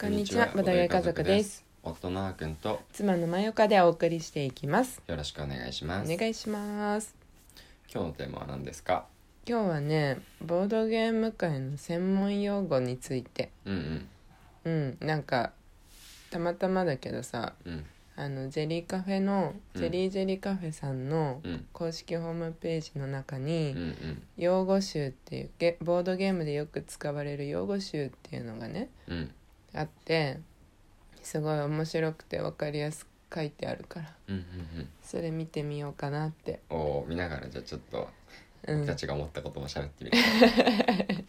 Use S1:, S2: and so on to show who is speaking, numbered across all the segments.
S1: こんにちは、ボドゲ家族です。。
S2: 夫のあーくんと
S1: 妻のまよかでお送りしていきます。
S2: よろしくお願いし
S1: お
S2: ます。今
S1: 願いします。
S2: 日のテーマは何ですか。
S1: 今日はね、ボードゲーム界の専門用語について、
S2: うん
S1: うん、なんかたまたまだけどさ、
S2: うんうん
S1: あのジェリーカフェの
S2: うん
S1: ジェリージェリーカフェさんの
S2: うん
S1: 公式ホームページの中
S2: うんう
S1: に
S2: ん
S1: 用語集っていうゲボードゲームでよく使われる用語集っていうのがね、
S2: うん
S1: あって、すごい面白くてわかりやすく書いてあるから。
S2: うんうん
S1: それ見てみようかなって、
S2: うん。おー見ながらじゃあちょっと
S1: う
S2: 僕
S1: ん、そ
S2: た
S1: う
S2: ちが思ったことも喋ってみる。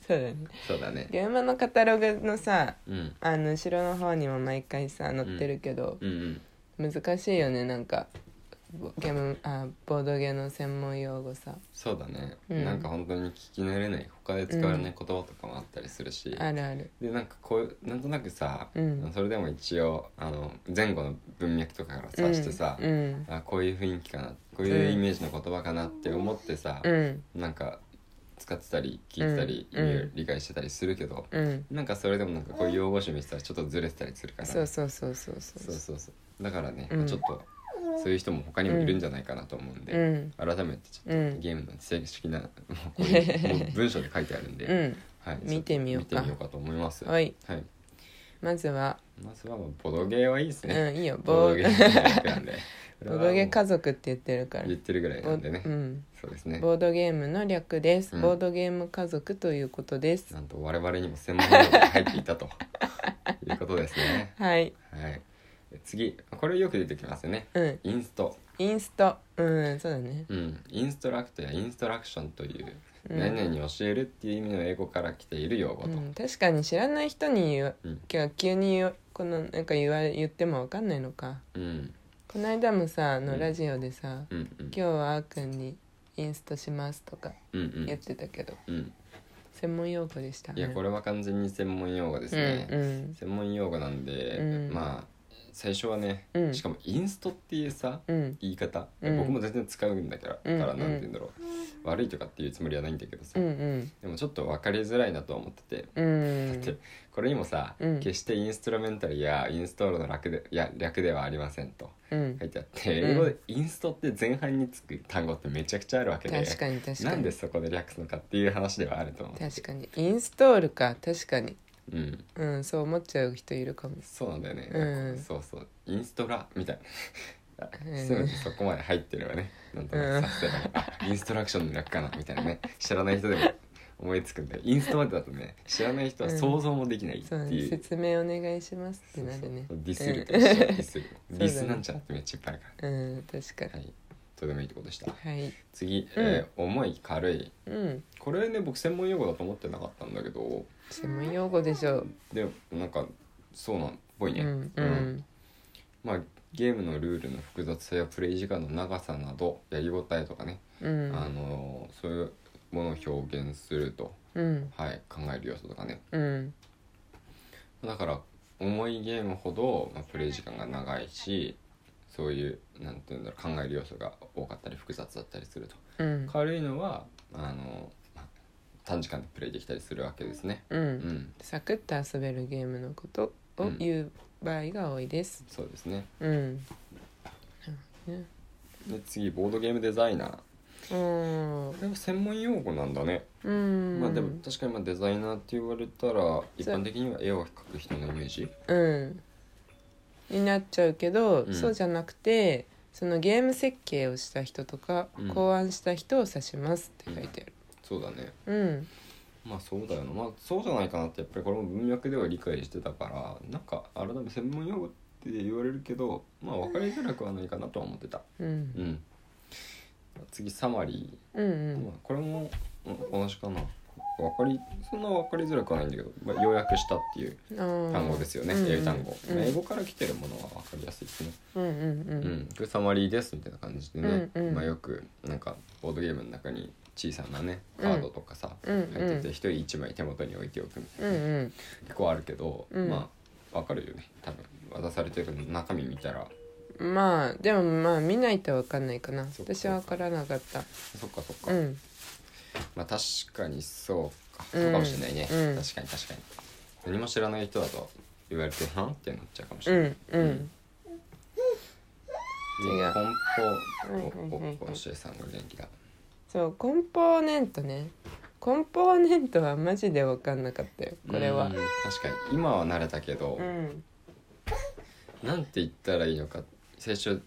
S1: だね
S2: そうだね。
S1: ゲームのカタログのさ
S2: うん
S1: あの後ろの方にも毎回さ載ってるけど、
S2: うんうん
S1: 難しいよねなんかボゲームあボードゲーの専門用語さ
S2: そうだね。
S1: うん
S2: なんか本当に聞き慣れない他で使われない言葉とかもあったりするし。
S1: あるある
S2: でなんかこういうなんとなくさ、
S1: うん
S2: それでも一応あの前後の文脈とかから
S1: う
S2: さ
S1: ん
S2: してさ、
S1: うん
S2: あこういう雰囲気かなこういうイメージの言葉かなって思ってさ、
S1: うん
S2: なんか使ってたり聞いてたり、
S1: うん
S2: 意味を
S1: うん
S2: 理解してたりするけど、
S1: うん
S2: なんかそれでもなんかこういう用語集見てたらちょっとずれてたりするから
S1: そうそうそうそうそう
S2: そうそうそうだからね、
S1: うん
S2: まあちょっとそういう人も他にもいるんじゃないかなと思うんで、
S1: うん
S2: 改めてちょっ
S1: う
S2: と
S1: ん
S2: ゲームの正式なもうこういうもう文章で書いてあるん で、
S1: うん
S2: はい、
S1: 見てみようか
S2: 見てみようかと思います。
S1: は、い
S2: はい、
S1: まずは、
S2: まずはまあボドゲーはいいです
S1: う
S2: ね。
S1: んいいよボ
S2: ボドゲ
S1: ー
S2: ーなんで
S1: ボードゲ
S2: か
S1: 家族って言ってるから
S2: 言ってるぐらいなんでね、
S1: ボうん
S2: そうですね。
S1: ボードゲームの略です、
S2: うん
S1: ボードゲーム家族ということです
S2: なんと我々にも専門用語が入っていた ということですね。
S1: はい
S2: はい。次、これよく出てきますよね。
S1: うん
S2: インスト。
S1: インストうんそうだね
S2: うん。インストラクトやインストラクションという、
S1: うん
S2: 何々に教えるっていう意味の英語から来ている用語
S1: う
S2: と。
S1: ん、確かに知らない人に言う
S2: うん。
S1: 今日急に言うこのなんか言われ言ってもわかんないのか
S2: うん。
S1: この間もさあ
S2: う
S1: の
S2: ん
S1: ラジオでさ「
S2: うん。
S1: 今日はあーくんにインストします」とか
S2: うん。うん。
S1: 言ってたけど、
S2: うん。
S1: 専門用語でしたね
S2: いや、これは完全に専門用語ですね。
S1: うん
S2: 専門用語なんで、
S1: うん
S2: まあ、最初はね、
S1: うん
S2: しかもインストっていうさ、
S1: うんうん
S2: 言い方、
S1: うん
S2: 僕も全然使うんだから、
S1: うん
S2: からなんて言うんだろう、悪いとかっていうつもりはないんだけどさ、
S1: うん
S2: でもちょっと分かりづらいなと思ってて
S1: うんうん
S2: でこれにもさ、
S1: うん
S2: 決してインストラメンタリやインストールの略でい や略ではありませんと
S1: うん
S2: 書いてあって、
S1: うん
S2: 英語でインストって前半につく単語ってめちゃくちゃあるわけで
S1: 確かに確か
S2: なんで
S1: に
S2: そこで略すのかっていう話ではあると思う、
S1: 確かにインストールか確かに
S2: うん、
S1: うんそう思っちゃう人いるかも
S2: そうなんだよね、
S1: うん
S2: そうそうインストラみたいな
S1: うん
S2: すぐそこまで入ってればねなんとなくさせたら、あインストラクションの略かなみたいなね知らない人でも思いつくんでインストまでだとね知らない人は想像もできないって
S1: そうだ
S2: い
S1: ね
S2: う,、
S1: 説明お願いしますって
S2: そう
S1: なるね
S2: そうディスると一緒デ ィスる
S1: うん
S2: ディスなんちゃらってめっちゃいっぱいあるか
S1: うん確から
S2: はいとてもいいとこでした
S1: にはい
S2: 次、えー重い軽い
S1: うん
S2: これね僕専門用語だと思ってなかったんだけど
S1: 専門用語でしょう
S2: でなんかそうなんっぽいね
S1: うんうん
S2: まあ、ゲームのルールの複雑さやプレイ時間の長さなどやりごたえとかね、
S1: うん
S2: あのーそういうものを表現すると、
S1: うん
S2: はい、考える要素とかね
S1: うん
S2: だから重いゲームほど、まあ、プレイ時間が長いしそういうなんていうんだろう考える要素が多かったり複雑だったりすると
S1: うん
S2: 軽いのはあのーまあ短時間でプレイできたりするわけですね
S1: う
S2: うんん
S1: サクッと遊べるゲームのことを言う場合が多いです
S2: そうですね
S1: うん
S2: で次ボードゲームデザイナー
S1: うん
S2: これは専門用語なんだね
S1: うん
S2: まあでも確かにまあデザイナーって言われたら一般的には絵を描く人のイメージ
S1: うんになっちゃうけど、
S2: うん
S1: そうじゃなくてそのゲーム設計をした人とか、
S2: うん
S1: 考案した人を指しますって書いてある
S2: そうだね
S1: うん
S2: まあそうだよなまあそうじゃないかなってやっぱりこれも文脈では理解してたからなんか改めて専門用語って言われるけどまあ分かりづらくはないかなとは思ってた
S1: うん
S2: うん次サマリ
S1: うん
S2: ー、まあ、これもうん同じかな分かりそんな分かりづらくはないんだけど、まあ、要約したっていう
S1: うん単
S2: 単語ですよね英単語、まあ英語から来てるものは分かりやすいですね
S1: うんうんう
S2: うんん、これサマリーですみたいな感じでね、
S1: うんうん
S2: まあ、よくなんかボードゲームの中に小さなねカードとかさ、
S1: うんうん
S2: 入ってて一人一枚手元に置いておくみた
S1: う
S2: いな、
S1: んうん
S2: 結構あるけど、
S1: うん
S2: まあわかるよね多分渡されてる中身見たら
S1: まあでもまあ見ないとわかんないかな
S2: そっか
S1: 私は分からなかった
S2: そっかそっか、
S1: うん
S2: まあ確かにそうか、
S1: うん
S2: そうかもしれないね、
S1: うん
S2: 確かに確かに何も知らない人だと言われてはんってなっちゃうかもし
S1: う
S2: れない、
S1: んうん違うはいはい
S2: でコンポ
S1: はいはい
S2: おおおしえさんが元気だ
S1: そうコンポーネントねコンポーネントはマジで分かんなかったよこれ
S2: う
S1: は
S2: ん確かに今は慣れたけど、
S1: うん
S2: なんて言ったらいいのか最初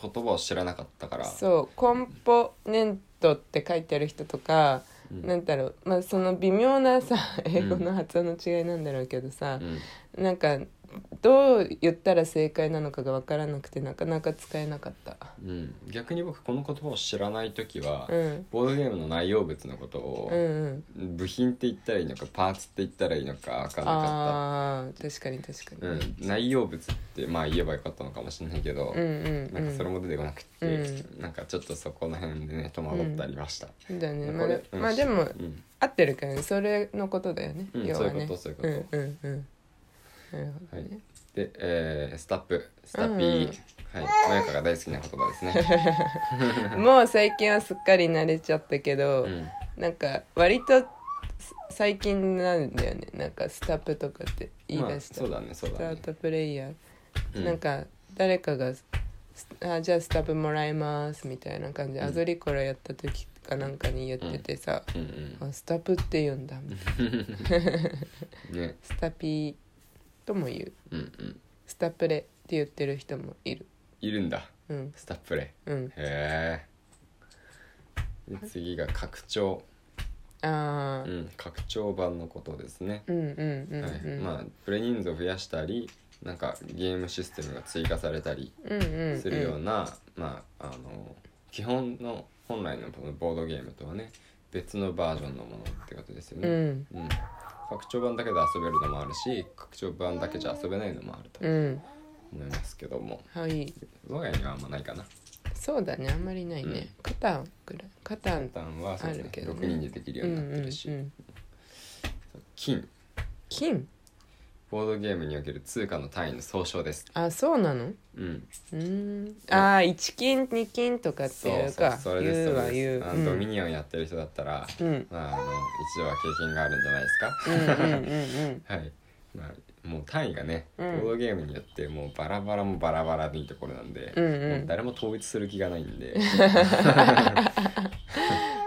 S2: 言葉を知らなかったから
S1: そうコンポネントって書いてある人とか、
S2: うん
S1: なんだろう、まあ、その微妙なさ英語の発音の違いなんだろうけどさ、
S2: うん
S1: なんかどう言ったら正解なのかが分からなくてなかなか使えなかった
S2: うん、逆に僕この言葉を知らない時は、
S1: うん
S2: ボードゲームの内容物のこと
S1: う
S2: を
S1: ん、うん
S2: 部品って言ったらいいのかパーツって言ったらいいのか分からなかっ
S1: あー確かに確
S2: た、
S1: か
S2: う
S1: に、
S2: ん、内容物ってまあ言えばよかったのかもしれないけど、
S1: うん、うんう
S2: なん
S1: ん
S2: かそれも出てこなくて、
S1: う
S2: なんかちょっとそこの辺でね戸惑ってありました、
S1: そうだねま
S2: こ
S1: あ
S2: れ、うん
S1: まあでも
S2: うん
S1: 合ってるからねそれのことだよね、
S2: うん
S1: 要はね
S2: そういうことそういうこと
S1: んうんうんなるほどね、
S2: で、えースタップスタッピ
S1: うんう
S2: ー、
S1: ん
S2: はい親香が大好きな言葉です ね、
S1: もう最近はすっかり慣れちゃったけど、
S2: うん、
S1: なんか割と最近なんだよねなんかスタップとかって言い
S2: まあ
S1: 出した、
S2: そうだねそう
S1: スタ
S2: だ
S1: ー
S2: ね
S1: トプレイヤー、
S2: うん
S1: なんか誰かが「あじゃあスタップもらいます」みたいな感じで、
S2: うん
S1: アゾリコラやった時かなんかに言っててさ
S2: うん
S1: 「あスタップって言うんだ」みたいな
S2: うんね
S1: スタピーとも言う
S2: うんうん
S1: スタプレって言ってる人もいる
S2: いるんだ
S1: うん
S2: スタップレ
S1: うん
S2: へえで次が拡張、
S1: あ
S2: う
S1: ー
S2: ん、拡張版のことですね、
S1: うんうんうん
S2: はい
S1: うん
S2: まあプレイ人数を増やしたりなんかゲームシステムが追加されたり
S1: うんうんうん
S2: するような、まああの基本の本来のこのボードゲームとはね別のバージョンのものってことですよ
S1: う
S2: ね、
S1: ん
S2: うん拡張版だけで遊べるのもあるし拡張版だけじゃ遊べないのもあると
S1: うん
S2: 思いますけども、
S1: はい
S2: 我が家にはあんまないかな
S1: そうだねあんまりないね、カタンぐらいカタン
S2: ボタンはそう、ね
S1: あるけどね
S2: 6人でできるよ
S1: う
S2: うん
S1: う
S2: になっ
S1: ん
S2: て
S1: う
S2: るし、
S1: ん
S2: 金
S1: 金
S2: ボードゲームにおける通貨の単位の総称です
S1: あそうなの
S2: うん
S1: うーんああ1金2金とかっていうか
S2: それで
S1: 言
S2: す
S1: う
S2: そ
S1: は
S2: れで
S1: 言う
S2: すあのドミニオンやってる人だったら、
S1: うんうん
S2: まあ、あの一度は経験があるんじゃないですか、
S1: うんうんうん
S2: はい、まあ、もう単位がね、
S1: うん
S2: ボードゲームによってもうバラバラもバラバラでいいところなんで、
S1: うんうん
S2: もう誰も統一する気がないんで、
S1: うん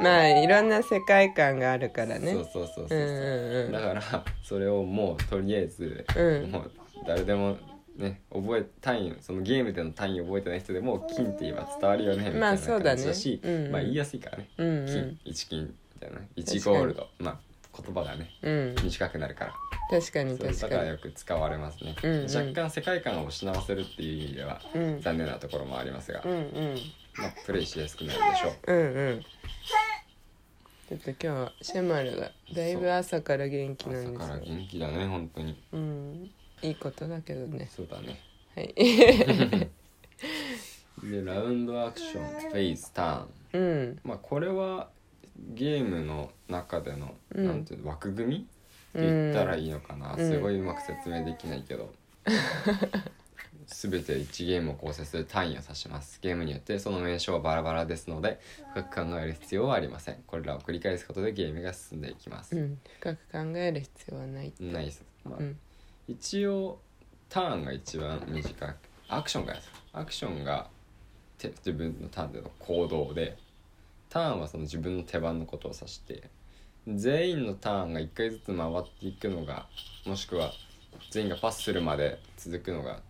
S1: まあいろんな世界観があるからね
S2: そうそうそ
S1: う
S2: うそうそ
S1: ん
S2: う、
S1: うん
S2: だからそれをもうとりあえず、
S1: うん
S2: もう誰でもね覚え単位そのゲームでの単位を覚えてない人でも金って言えば伝わるよねみ
S1: ま
S2: た
S1: あ
S2: い
S1: そう
S2: な
S1: だ
S2: 感
S1: ね
S2: じだし、
S1: うんうん
S2: まあ言いやすいからね、
S1: うんうん
S2: 金1金みたいな1ゴールドまあ言葉がね
S1: うん、うん、
S2: 短くなるから
S1: 確かに
S2: そう
S1: 確
S2: だ
S1: か
S2: から
S1: に
S2: よく使われますね、
S1: うんうん
S2: 若干世界観を失わせるっていう意味では
S1: うん
S2: 残念なところもありますが、
S1: うんうん
S2: まあプレイしやすくなるでしょ
S1: う
S2: う
S1: んうんちょっと今日はシェマルがだいぶ朝から元気なん
S2: 朝
S1: です
S2: から
S1: よ
S2: 元気だね本当に
S1: うんいいことだけどね
S2: そうだね
S1: はい
S2: でラウンドアクションフェイズターン
S1: うん
S2: まあこれはゲームの中での、
S1: うん
S2: なんていうの枠組みって言ったらいいのかな、
S1: うん
S2: すごいうまく説明できないけ ど、全て1ゲームを構成する単位を指しますゲームによってその名称はバラバラですので深く考える必要はありませんこれらを繰り返すことでゲームが進んでいきま
S1: う
S2: す、
S1: ん深く考える必要はない
S2: ナイス、まあ
S1: うん
S2: 一応ターンが一番短くアクションがアクションがて自分のターンでの行動でターンはその自分の手番のことを指して全員のターンが1回ずつ回っていくのがもしくは全員がパスするまで続くのが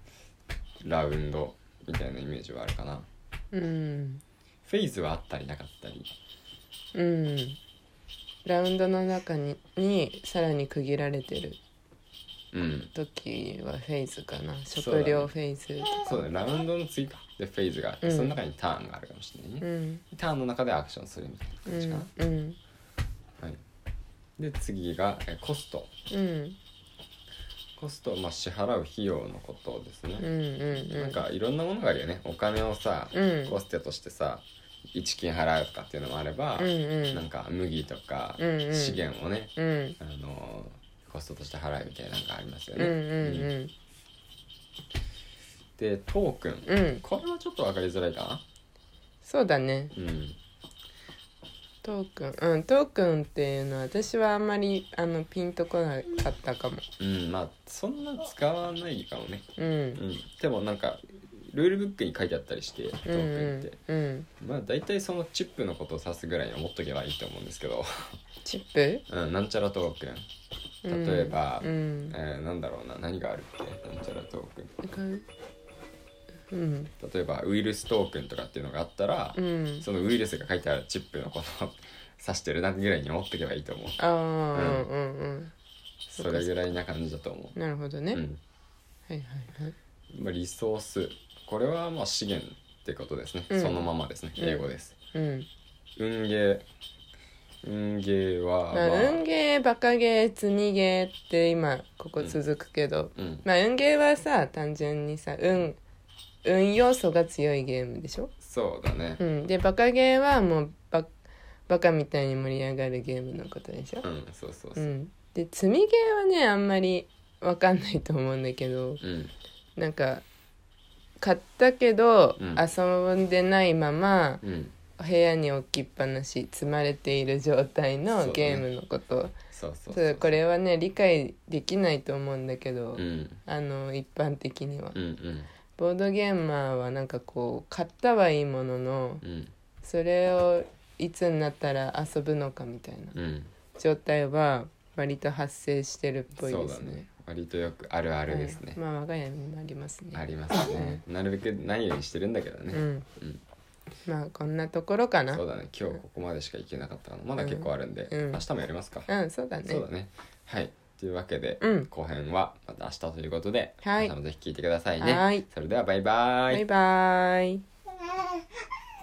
S2: ラウンドみたいなイメージはあるかな
S1: うん
S2: フェーズはあったりなかったり
S1: うんラウンドの中ににさらに区切られてる
S2: うん
S1: 時はフェーズかな
S2: そうだ
S1: 食
S2: ね
S1: 料フェーズ
S2: そうだねラウンドの追加でフェーズがあって、
S1: うん
S2: その中にターンがあるかもしれないね、
S1: うん
S2: ターンの中でアクションするみたいな
S1: う
S2: 感じかな、
S1: んうん
S2: はい、で次がえーコスト
S1: うん
S2: コストをまあ支払う費用のことです
S1: うんう
S2: ね、
S1: んうん
S2: なんかいろんなものがあるよねお金をさ、
S1: うん
S2: コステとしてさ1金払うとかっていうのもあれば、
S1: うんうん
S2: なんか麦とか
S1: うんうん
S2: 資源をね、
S1: うん
S2: あのーコストとして払うみたいなのがありますよ
S1: うんう
S2: ね、
S1: ん
S2: でトークン
S1: うんうん
S2: これはちょっと分かりづらいかな
S1: そうだね
S2: うん
S1: トークンうんトークンっていうのは私はあんまりあのピンとこなかったかも
S2: うんまあそんな使わないかもね、
S1: う
S2: うんん、でもなんかルールブックに書いてあったりして
S1: う
S2: トー
S1: ん
S2: クンって、
S1: うんうん
S2: まあ大体そのチップのことを指すぐらいに思っとけばいいと思うんですけど、
S1: チップ
S2: うん、なんちゃらトークン
S1: うん
S2: 例えば
S1: うん
S2: えー、なんだろうな何があるってなんちゃらトークン
S1: うん
S2: 例えばウイルストークンとかっていうのがあったら、
S1: うん
S2: そのウイルスが書いてあるチップのことを指してるなぐらいに思っとけばいいと思う
S1: ああうんうんうん
S2: それぐらいな感じだと思
S1: なるほど
S2: う、
S1: ね、
S2: うん
S1: はいはいはい
S2: まあ、リソースこれはまあ資源ってことですね、
S1: うん
S2: そのままですね
S1: うん
S2: 英語です、
S1: うん
S2: 運ゲー運ゲーは、ま
S1: ま
S2: あ
S1: あ、運ゲーバカゲー積みゲーって今ここ続くけど、
S2: うん、
S1: まあ運ゲーはさ単純にさ運運要素が強いゲームでしょ、
S2: そうだね
S1: うん、でバカゲーはもうババカみたいに盛り上がるゲームのことでしょ
S2: う、ん、そうそう
S1: う
S2: そう、
S1: ん、で積みゲーはねあんまりわかんないと思うんだけど
S2: うん
S1: なんか買ったけど、
S2: うん
S1: 遊んでないまま
S2: うん、
S1: 部屋に置きっぱなし積まれている状態
S2: そうだ
S1: の
S2: ね
S1: ゲームのこと、
S2: そうそう
S1: そうこれはね理解できないと思うんだけど、
S2: うんうん
S1: あの一般的には、
S2: うん
S1: ボードゲーマーはなんかこう買ったはいいものの
S2: うん
S1: それをいつになったら遊ぶのかみたいな
S2: うん
S1: 状態は割と発生してるっぽい
S2: そう
S1: で
S2: だ
S1: す
S2: ね
S1: ね。
S2: 割とよくあるあるですね
S1: はい、まあ我が家にもありますね。
S2: ありますねなるべくないようにしてるんだけど
S1: う
S2: ね、
S1: ん、
S2: うん
S1: まあこんなところかな。
S2: そうだね今日ここまでしか行けなかったのまだ結構あるんで、
S1: うん
S2: 明日もやりますか、
S1: うん、そうだね。
S2: そうだねはいというわけで、
S1: うん
S2: 後編はまた明日ということで、
S1: はい
S2: 皆さんもぜひ聞いてくださいね
S1: はい
S2: それではバイバ
S1: バ
S2: イ
S1: イバイ。
S3: Ah.